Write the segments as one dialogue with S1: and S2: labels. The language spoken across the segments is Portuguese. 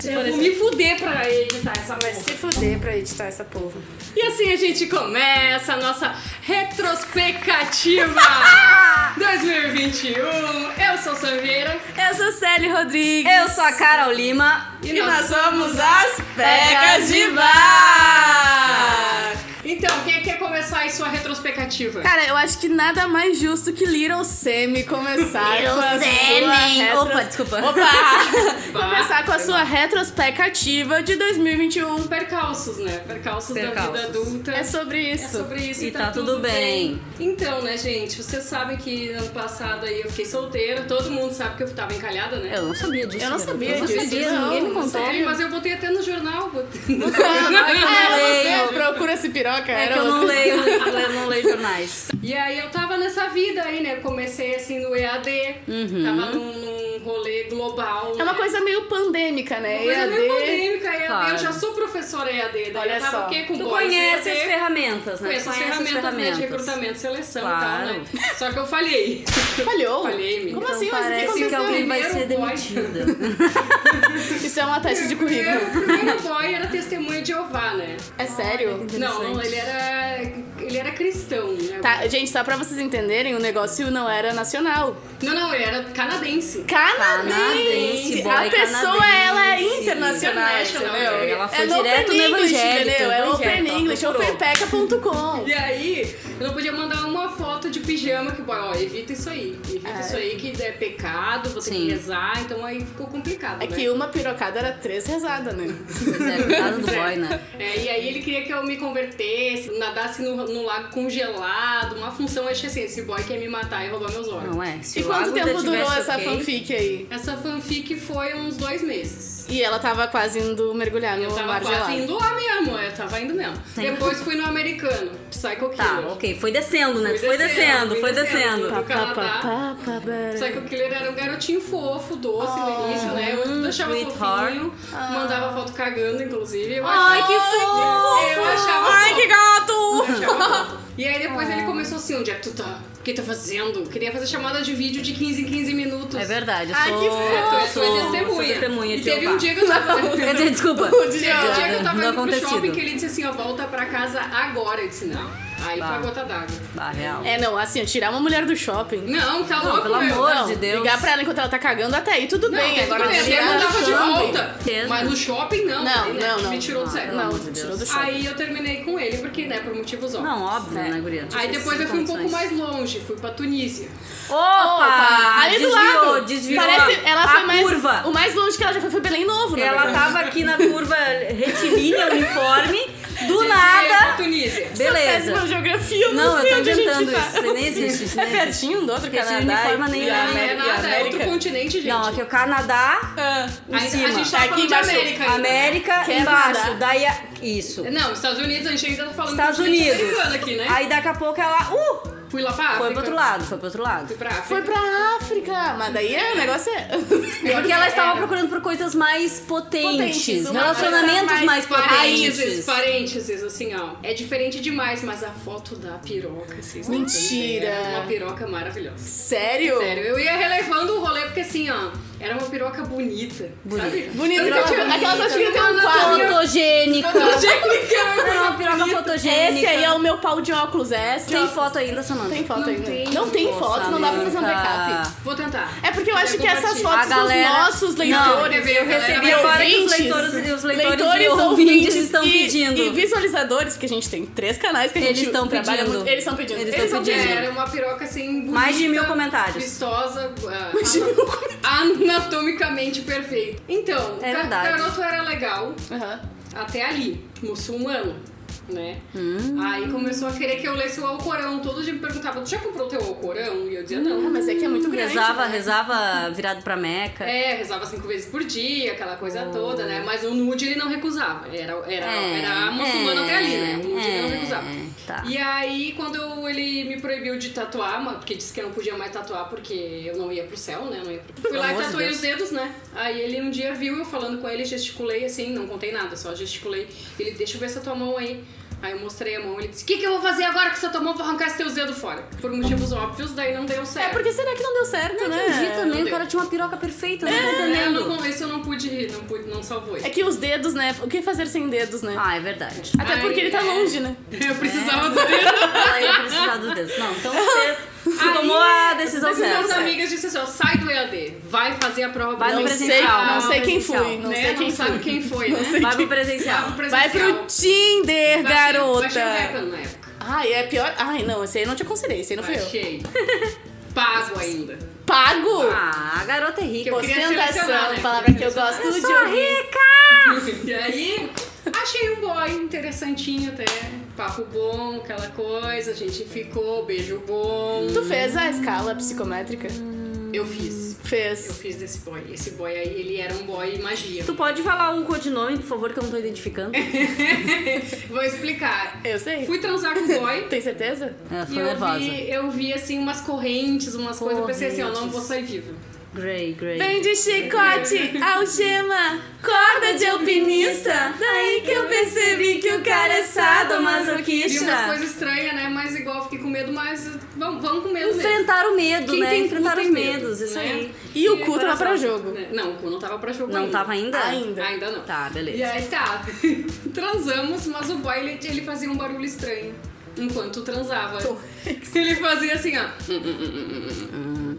S1: Se
S2: Eu
S1: for
S2: vou
S1: esse-
S2: me fuder pra editar essa
S1: Vai
S2: merda.
S1: se fuder pra editar essa porra.
S2: E assim a gente começa a nossa retrospectiva 2021. Eu sou Sanveira.
S1: Eu sou Célia Rodrigues.
S3: Eu sou a Carol Lima.
S2: E nós
S3: somos as
S1: Pecas de
S3: Bar!
S2: Então, quem quer começar aí sua retrospectiva?
S1: Cara, eu acho que nada mais justo que Little Sammy começar
S3: Little
S1: com a
S3: Sammy.
S1: sua retros-
S3: Opa, desculpa.
S1: Opa!
S2: Bah.
S1: começar com a sua retrospectiva de 2021.
S2: Percalços, né? Percalços, da
S3: Percalços.
S2: vida adulta.
S1: É sobre
S2: É
S1: isso.
S2: sobre isso
S3: E tá tudo bem.
S2: Então, né, gente? Vocês sabem que ano passado aí eu fiquei solteira. Todo mundo sabe que eu tava encalhada, né?
S3: Eu não sabia disso.
S1: Eu não
S3: meu
S1: sabia
S3: Deus.
S1: disso,
S3: Eu não sabia,
S1: não.
S3: ninguém me contou.
S2: Sério, mas eu botei até no jornal. botei-
S1: É,
S3: leio.
S2: É,
S1: você procura se piroca.
S3: É
S1: era
S3: que eu não
S1: você.
S3: leio, eu não leio jornais.
S2: E aí eu tava nessa vida aí, né? Comecei assim no EAD, tava num, num rolê global.
S1: É uma
S2: né?
S1: coisa meio pandêmica, né?
S2: Uma coisa meio
S1: EAD.
S2: pandêmica, EAD. Eu
S3: Claro.
S2: já sou professora EAD, daí
S1: Olha
S2: eu tava
S1: só.
S2: o quê? Com
S3: Tu
S2: boys
S3: conhece as
S2: EAD,
S3: ferramentas, Então né?
S2: Conheço as
S3: Conhece
S2: ferramentas, né, de recrutamento, seleção e tal,
S3: Claro.
S2: né? Só que eu falhei.
S1: Falhou?
S2: Falhei, amiga.
S1: Como
S3: Então
S1: assim? Mas o que
S3: parece que
S1: aconteceu?
S3: alguém vai ser né?
S2: Primeiro boy.
S3: demitida.
S1: Isso é uma teste de currículo.
S2: O primeiro boy era testemunha de Jeová, né?
S1: É sério?
S2: Não, não, ele era. Ele era cristão, né?
S1: Tá, gente, só pra vocês entenderem, o negócio não era nacional.
S2: Não, não, ele era canadense.
S1: Canadense!
S3: Canadense, boy
S1: a pessoa,
S3: canadense.
S1: ela é internacional,
S2: International,
S1: entendeu?
S2: é,
S3: ela foi
S1: é no
S3: direto
S1: Open
S3: no
S1: English,
S3: evangélico,
S1: entendeu? É
S3: evangélico,
S1: Open
S3: ela
S1: English,
S3: procurou.
S1: openpeca.com.
S2: E aí, eu não podia mandar uma foto de pijama que, boy, ó, evita isso aí. Evita
S1: É.
S2: isso aí que é pecado, você tem
S3: Sim.
S2: que rezar, então aí ficou complicado.
S1: É
S2: né?
S1: que uma pirocada era três rezadas, né?
S3: Pois é, cuidado do boy, né?
S2: É, e aí ele queria que eu me convertesse, nadasse no, no lago congelado, uma função, eu achei assim, esse boy quer me matar e roubar meus olhos.
S3: Não é? Se
S1: E
S3: o
S1: quanto
S3: Águeda
S1: tempo
S3: tivesse
S1: durou essa
S3: ok,
S1: fanfic aí?
S2: Essa fanfic foi uns dois meses.
S1: E ela tava quase indo mergulhar no
S2: Eu tava
S1: mar
S2: quase
S1: gelado.
S2: indo lá mesmo, eu tava indo mesmo.
S3: Sim.
S2: Depois fui no americano, Psycho Killer.
S3: Tá, ok. Foi descendo, né?
S2: Foi
S3: Foi
S2: descendo,
S3: descendo, foi
S2: fui descendo.
S3: descendo.
S1: Pá, pá, pá,
S2: Canadá.
S1: pá, pá, bará.
S2: Só que o Killer era um garotinho fofo, doce no início, né? Eu deixava
S3: Hum, sweetheart.
S2: fofinho, mandava foto cagando, inclusive. Eu
S3: Ai,
S2: achava-
S3: que fofo!
S2: Eu achava fofo.
S1: gato!
S2: E aí depois ele começou assim, onde é que tu tá? O que tá fazendo? Queria fazer chamada de vídeo de 15 em 15 minutos.
S3: É verdade, eu
S1: Ai,
S3: sou,
S1: que fofo!
S2: Eu
S3: eu
S2: sou
S3: sou, sou
S2: testemunha.
S3: testemunha
S2: e
S3: de
S2: teve um
S3: Jeová.
S2: dia que eu tava...
S3: Quer dizer, desculpa.
S1: O dia-
S2: Teve um dia que eu tava
S3: Não
S2: indo pro
S3: acontecido.
S2: shopping que ele disse assim, ó, volta pra casa agora. Eu disse, não. Aí foi
S3: Bah.
S2: a gota d'água.
S3: Bah, Ah, real.
S1: É, não, assim, eu tirar uma mulher do shopping.
S2: Não, tá louco,
S3: pelo
S2: meu.
S3: amor
S1: não,
S3: de Deus. é
S1: Ligar pra ela enquanto ela tá cagando, até aí tudo
S2: Não,
S1: bem.
S2: tem
S1: Agora
S2: tudo bem,
S1: tirar
S2: até
S1: do
S2: mandava de
S1: shopping.
S2: volta.
S3: Mesmo.
S2: Mas no shopping não.
S1: Não,
S2: né?
S1: não, não.
S2: Me tirou do
S3: Ah,
S2: sério.
S3: pelo
S1: Não,
S3: amor de
S1: tirou
S3: Deus.
S1: do shopping.
S2: Aí eu terminei com ele, porque, né, por motivos óbvios.
S3: Não, óbvio, né, guria?
S2: Aí depois eu fui um pouco
S3: Condições.
S2: mais longe, fui pra Tunísia.
S3: Opa!
S1: Ali
S3: desviou,
S1: do lado.
S3: desviou
S1: Parece,
S3: a,
S1: ela
S3: a
S1: foi mais,
S3: curva.
S1: O mais longe que ela já foi foi Belém Novo, né?
S3: Ela tá tava aqui na curva retilínea, uniforme, do
S2: Pra
S3: nada.
S2: Tunísia.
S3: Beleza.
S1: geografia, eu não,
S3: Não, eu
S1: sei
S3: tô
S1: onde a gente
S3: inventando
S1: tá.
S3: isso. Isso nem existe. Isso
S1: É
S3: nem existe.
S1: pertinho um do outro,
S3: Porque esse
S1: Canadá.
S3: uniforme
S1: e-
S3: nem
S1: e a
S3: é
S2: Não é
S1: América.
S2: nada, é outro continente, gente.
S3: Não, aqui é o Canadá,
S1: Ah.
S3: em
S2: a, gente-
S3: cima. É
S2: a gente
S1: Tá
S2: tá falando
S1: aqui
S2: de
S1: embaixo.
S2: América ainda.
S3: América
S1: Quer
S3: embaixo.
S1: nadar.
S3: Daí a... Isso.
S2: Não, Estados Unidos, a gente ainda tá falando
S3: Estados
S2: de continente
S3: Unidos.
S2: americano aqui, né?
S3: Aí daqui a pouco ela... Uh!
S2: Fui lá pra África.
S3: Foi pro outro lado, foi pro outro
S2: Fui
S3: lado.
S2: pra África.
S1: Foi pra África. Mas daí é, o negócio é...
S3: Porque ela
S2: né?
S3: estava procurando por coisas mais
S1: Potentes,
S3: potentes.
S1: uma
S3: Relacionamentos
S1: coisa mais
S3: mais
S2: Parênteses,
S3: potentes.
S2: parênteses, assim, ó. É diferente demais, mas a foto da piroca, assim, vocês não
S1: Mentira.
S2: entendem. Uma piroca maravilhosa.
S1: Sério?
S2: Sério, eu ia relevando o rolê porque assim, ó, era uma piroca bonita.
S3: Bonita.
S2: Sabe?
S1: Bonita,
S2: Eu nunca
S1: aquela-
S2: tive-
S1: aquela
S2: eu
S1: coisa que
S2: nunca
S1: tem um
S2: andava
S1: quadro.
S2: na minha-
S3: Fotogênica. Era uma piroca fotogênica.
S1: Esse aí é o meu pau de óculos, essa. é
S3: Tem foto ainda, Samanta?
S1: Tem foto
S2: Não
S1: ainda.
S2: tem.
S1: não tem
S3: Nossa,
S1: foto, não dá pra fazer um
S3: Amanda.
S1: backup.
S2: Vou tentar.
S1: É porque eu acho que essas
S2: compartilhar.
S1: fotos
S3: A galera-
S1: dos nossos
S3: Não,
S1: leitores.
S2: eu recebi
S3: E agora que os
S1: ouvintes,
S3: leitores, os leitores, e ouvintes, estão
S1: e-
S3: pedindo.
S1: E visualizadores, porque a gente tem três canais que a gente
S3: Eles estão
S1: trabalha
S3: pedindo.
S1: muito. Eles estão pedindo.
S3: Eles
S1: Eles
S3: estão
S1: estão
S3: pedindo.
S2: Era uma piroca assim, bonita,
S3: Mais de mil comentários.
S2: Vistosa, ah, anatomicamente perfeita. Então,
S3: É
S2: o ca-
S3: verdade.
S2: garoto era legal
S1: Aham.
S2: até ali, muçulmano. Né?
S3: Hum.
S2: Aí começou a querer que eu lesse o Alcorão. Todo dia me perguntava: Tu já comprou teu Alcorão? E eu dizia: Não.
S1: Ah, mas é que é muito grande.
S3: Rezava,
S1: né?
S3: rezava virado pra Meca.
S2: É, rezava cinco vezes por dia, aquela coisa toda, né? Mas o nude ele não recusava. Era, era,
S3: Oh. É,
S2: era muçulmano até ali, né? O nude ele não
S3: é,
S2: recusava.
S3: tá.
S2: E aí, quando eu- ele me proibiu de tatuar, mas- porque disse que eu não podia mais tatuar porque eu não ia pro céu, né? Eu não ia pro... Fui lá e
S3: amor de
S2: tatuei
S3: Deus.
S2: os dedos, né? Aí ele um dia viu eu falando com ele, gesticulei assim, não contei nada, só gesticulei. Ele, deixa eu ver essa tua mão aí. Aí eu mostrei a mão e ele disse: O que, que eu vou fazer agora que você tomou? Vou arrancar esse teu dedo fora. Por motivos óbvios, daí não deu certo.
S1: É, porque será que não deu certo,
S3: Não
S1: né?
S3: entendi também,
S2: Não
S3: o cara tinha uma piroca perfeita, não tô
S2: É, eu
S3: entendendo.
S2: não, isso eu não pude rir, não, pude, não salvou isso.
S1: É que os dedos, né? O que fazer sem dedos, né?
S3: Ah, é verdade.
S1: Até
S2: Ai,
S1: porque ele tá
S2: é.
S1: longe, né?
S2: Eu precisava do dedo.
S3: Ela ia precisar dos dedos. Não, então você tomou a decisão
S2: As minhas
S3: certa.
S2: amigas disseram assim: ó, sai do EAD, vai fazer a prova
S3: Vai no
S1: não sei,
S3: presencial,
S1: não sei quem
S3: presencial.
S1: foi, não
S2: né?
S1: sei quem
S2: não sabe
S1: foi.
S2: quem foi, né?
S3: Vai pro presencial.
S2: Vai um pro
S1: Vai pro Tinder, garota!
S2: Baixei o Apple um na época.
S1: Ai, é pior. Ai, não, esse aí eu não te aconselhei, esse aí não fui eu.
S2: Achei. Pago ainda.
S1: Pago!
S3: Ah, a garota é
S2: Que
S3: rica.
S2: eu queria selecionar,
S1: Ostentação,
S2: né?
S1: palavra que eu
S2: Queria
S1: gosto de
S3: sou
S1: ouvir.
S3: rica!
S2: E aí, achei um boy interessantinho até. Papo bom, aquela coisa, a gente ficou, beijo bom.
S1: Tu fez a escala psicométrica?
S2: Eu fiz. Eu
S1: Fez.
S2: fiz desse boy. Esse boy aí, ele era um boy magia.
S3: Tu pode falar um codinome, por favor, que eu não tô identificando?
S1: É,
S2: Vou explicar.
S1: Eu sei.
S2: Fui transar com o boy.
S1: Tem certeza?
S3: Ela
S2: E
S3: ficou
S2: eu
S3: nervosa.
S2: vi, eu vi assim umas correntes, umas coisas. Eu pensei assim, eu não
S3: Correntes.
S2: vou sair viva.
S3: Grey, grey.
S1: Vem de chicote, algema, corda de alpinista. Daí que eu percebi que o cara é
S2: Vi umas
S1: sadomasoquista.
S2: coisas estranhas, né? Mas igual, fiquei com medo, mas vamos, vamos com medo mesmo.
S3: Enfrentar o medo,
S2: Quem
S3: né?
S2: tem cu
S3: Enfrentar
S2: tem
S3: os
S2: medo,
S3: medos, isso
S2: né?
S3: aí.
S1: E o cu
S3: Coração.
S1: tava pra jogo.
S2: Né? Não, o cu não tava pra jogo
S3: Não tava ainda?
S1: Ainda.
S2: Ainda não.
S3: Tá, beleza.
S2: E aí tá, transamos, mas o boy ele, ele fazia um barulho estranho enquanto transava. Ele fazia assim, ó. Hum, hum, hum, hum,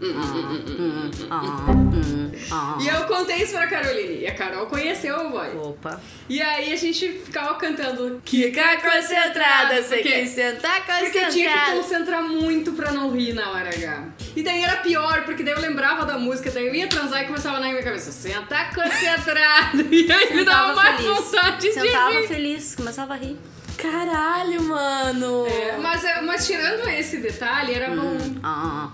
S2: hum.
S3: Ah, hum, ah.
S2: E eu contei isso pra Caroline. E a Carol conheceu o boy.
S3: Opa.
S2: E aí a gente ficava cantando.
S1: Fica concentrada, sei
S2: Por quê?
S1: que sentar
S2: Porque eu tinha que
S1: concentrada.
S2: concentrar muito pra não rir na hora H. E daí era pior, porque daí eu lembrava da música, daí eu ia transar e começava na minha cabeça, senta concentrado. E aí me dava
S3: Sentava
S2: mais
S3: feliz.
S2: vontade de
S3: Sentava
S2: rir.
S3: feliz, começava a rir.
S1: Caralho, mano.
S2: É, mas, é- mas tirando esse detalhe, era bom.
S3: Ah,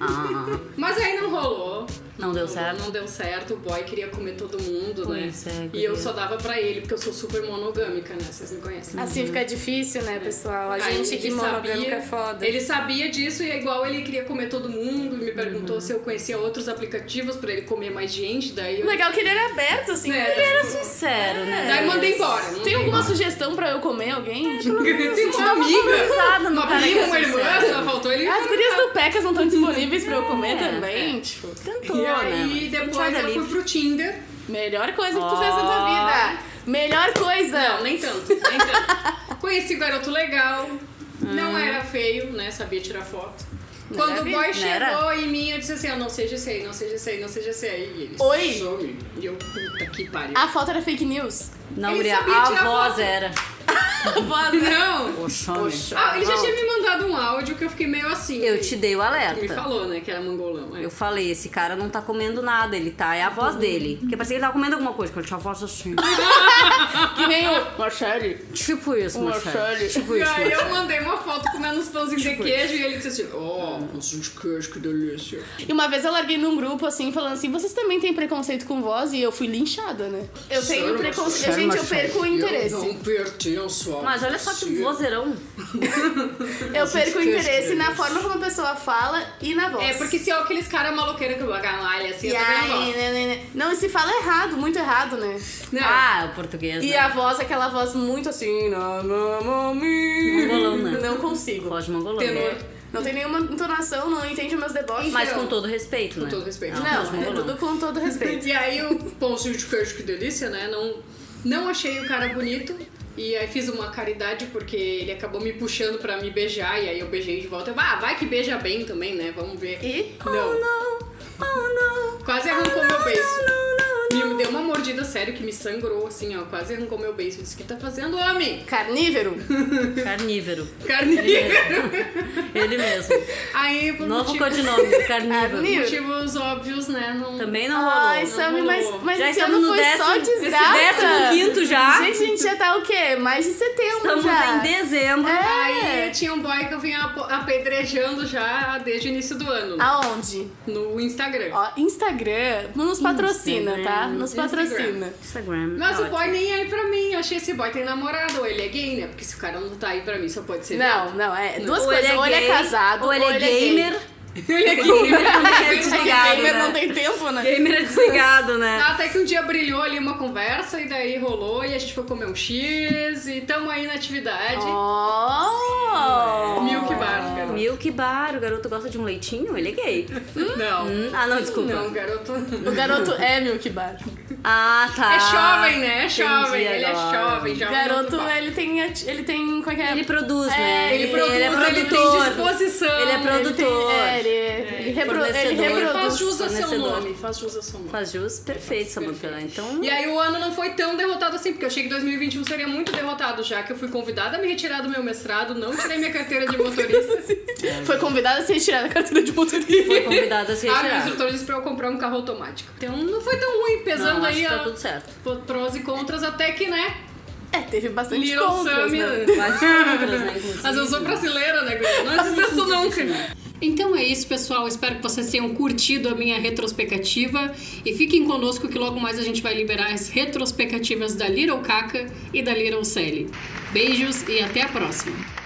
S3: ah.
S2: Mas aí não rolou.
S3: Não deu certo?
S2: Não deu certo. O boy queria comer todo mundo,
S3: Pois é,
S2: né? e
S3: guria.
S2: eu só dava pra ele, porque eu sou super monogâmica, né? Vocês me conhecem.
S1: Assim fica difícil, né, pessoal? A
S2: Aí
S1: gente
S2: ele
S1: que
S2: sabia-
S1: monogâmica é foda.
S2: Ele sabia disso e é igual ele queria comer todo mundo. Me perguntou se eu conhecia outros aplicativos pra ele comer mais gente. Daí eu.
S1: Legal que ele era aberto, assim.
S2: É,
S1: Ele
S2: daí-
S1: era assim.
S3: Sincero, né?
S2: Daí mandei embora. Não
S1: Tem alguma sugestão pra eu comer alguém?
S2: Tem uma
S3: valorizada
S2: amiga,
S3: no
S2: uma
S3: cara que
S2: prima,
S3: é
S2: uma irmã,
S3: sincero.
S2: só faltou ele.
S1: As gurias do Pecas não estão disponíveis pra eu comer
S3: É,
S1: também, tipo.
S3: Tentou,
S2: E
S3: né?
S2: aí
S3: mas
S2: depois
S3: enxerga
S2: eu fui
S3: livre.
S2: pro Tinder.
S1: Melhor coisa que tu
S3: Ó.
S1: fez na tua vida. Melhor coisa.
S2: Não, nem tanto, nem tanto. Conheci garoto legal, não era feio, né? Sabia tirar foto. Quando o
S1: Ah. era,
S2: boy
S3: não
S2: chegou
S3: era.
S2: em mim, eu disse assim: ah, não seja esse aí, não seja esse aí, não seja esse aí. E ele
S1: Oi?
S2: some. E eu, puta que pariu.
S1: A foto era fake news.
S3: Não,
S2: Ele
S3: Guria,
S2: sabia
S3: a
S2: tirar
S3: voz
S2: foto.
S3: era.
S1: Voz-
S2: Não!
S3: Oxome.
S2: Ah, ele já tinha me mandado um áudio que eu fiquei meio assim.
S3: Eu te dei o
S2: Me
S3: alerta.
S2: falou, né, que era mongolão. é.
S3: Eu falei, esse cara não tá comendo nada, ele tá, é a
S2: Uhum.
S3: voz dele. Porque parecia que ele tava comendo alguma coisa, que ele tinha a voz assim.
S1: que nem o... Marcelle.
S3: tipo isso,
S1: Uma
S3: Marcelo.
S1: série.
S3: Tipo
S2: E
S3: isso,
S2: aí
S3: Marcelo.
S2: eu mandei uma foto comendo uns pãozinhos de queijo e ele disse assim: ó, oh, pãozinho de queijo, que delícia.
S1: E uma vez eu larguei num grupo, assim, falando assim, vocês também têm preconceito com voz? E eu fui linchada, né? Eu tenho
S2: Sério,
S1: preconceito...
S3: Marcelle?
S1: Gente, eu perco o interesse.
S2: Eu não pertenço a
S3: Mas olha só que
S2: você.
S3: vozeirão.
S1: Eu perco o
S2: Gente,
S1: interesse
S2: que
S1: na
S2: isso.
S1: forma como a pessoa fala e na voz.
S2: É, porque se é aqueles caras maloqueiros que bagalha assim,
S1: E
S2: eu também não
S1: aí,
S2: gosto.
S1: né, né, né. Não, e se fala errado, muito errado, né?
S2: Não.
S3: Ah, o português.
S1: E
S3: né?
S1: a voz, aquela voz muito assim. na- na- mami.
S3: Mongolão, né?
S1: Não consigo.
S3: Voz de mongolão.
S2: Tenor.
S3: né?
S1: Não tem nenhuma entonação, não entende meus deboches.
S3: Mas
S2: Então,
S3: com todo respeito, né?
S2: todo respeito.
S3: É uma voz
S1: Não, é
S3: mongolão.
S1: tudo com todo respeito.
S2: E aí o pãozinho de queijo, que delícia, né? Não, não achei o cara bonito. E aí fiz uma caridade porque ele acabou me puxando pra me beijar. E aí eu beijei de volta. Eu, ah, vai que beija bem também, né? Vamos ver.
S1: E?
S2: Não.
S3: Oh, não. Oh, não.
S2: Quase arrancou
S3: Oh,
S2: meu
S3: não,
S2: beiço.
S3: não, não,
S2: E me deu uma mordida sério que me sangrou, assim, ó. Quase arrancou meu beijo. Eu disse, o que tá fazendo, homem?
S1: Carnívoro?
S3: não. Carnívoro.
S2: Carnívoro.
S3: Ele mesmo.
S2: Aí, por
S3: É. Novo
S2: motivo-
S3: codinome, carnívoro.
S1: Carnívoro.
S2: motivos óbvios, né? Não...
S3: Também não rolou.
S1: Ai,
S2: não
S1: Sammy, mas,
S2: rolou.
S1: mas
S3: já
S1: esse
S3: estamos
S1: ano
S3: no
S1: foi só
S3: décimo, esse
S1: desgraça.
S3: décimo quinto já.
S1: Gente, a gente já tá o quê? Mais de setembro
S3: Estamos
S1: já. É.
S3: em dezembro. é.
S2: Aí tinha um boy que eu vinha apo- apedrejando já desde o início do ano.
S3: Ah.
S1: Aonde?
S2: No Instagram.
S1: Ó, Instagram nos patrocina, tá? Nos
S2: Instagram.
S1: patrocina.
S3: Instagram.
S2: Mas
S3: tá
S2: o boy nem aí pra mim. Eu achei esse boy tem namorado. Ou ele é gay, né? Porque se o cara não tá aí pra mim, só pode ser.
S1: Não, não, é duas
S3: Ou
S1: coisas.
S3: ele é
S1: ou ele é
S3: gay,
S1: casado,
S3: ou ele é gamer.
S1: gay.
S2: Ele aqui,
S3: Gamer é desligado,
S1: gamer não
S3: né?
S1: tem tempo, né?
S3: Gamer é desligado, né?
S2: Até que um dia brilhou ali uma conversa e daí rolou e a gente foi comer um X e tamo aí na atividade.
S1: Oh!
S2: Milk Bar, garoto.
S3: Milk Bar, o garoto gosta de um leitinho? Ele é gay.
S2: Não.
S3: Hum, Ah, não, desculpa.
S2: Não, garoto.
S1: O garoto é Milk Bar.
S3: Ah, tá.
S2: É jovem, né? É
S3: entendi
S2: jovem. Ele é
S3: agora.
S2: jovem,
S1: O
S2: jovem.
S1: garoto,
S2: do bar.
S1: ele tem. ati- Ele tem. Como é que é?
S3: Ele produz,
S1: É,
S3: né?
S2: Ele produz,
S3: ele é
S2: ele tem
S3: produtor.
S2: disposição. né?
S3: Ele é
S1: Ele tem-
S3: produtor.
S1: é, ele, ele, repro, ele
S3: Fornecedor.
S2: Ele
S1: reproduz.
S2: faz jus a seu
S3: fornecedor.
S2: nome. Faz jus a seu nome.
S3: Faz jus, perfeito, Samantha. Então,
S2: E aí o ano não foi tão derrotado assim, porque eu achei que 2021 seria muito derrotado, já que eu fui convidada a me retirar do meu mestrado, não tirei minha carteira de motorista.
S1: Foi convidado a ser tirado a carteira de motorista.
S3: foi convidado a se
S2: Ah, meu
S3: retirar.
S2: instrutor disse pra eu comprar um carro automático. Então não foi tão ruim, pesando
S3: Não, acho
S2: aí
S3: que tá
S2: a
S3: tudo certo. Tá
S2: prós e contras, até que, né?
S1: É, teve bastante
S2: Little
S1: contras,
S2: Sammy,
S1: né?
S3: Vários outros, né, inclusive.
S2: Mas eu sou brasileira, né, guria? Não desisto isso nunca. Então é isso, pessoal. Espero que vocês tenham curtido a minha retrospectiva. E fiquem conosco que logo mais a gente vai liberar as retrospectivas da Little Caca e da Little Sally. Beijos e até a próxima.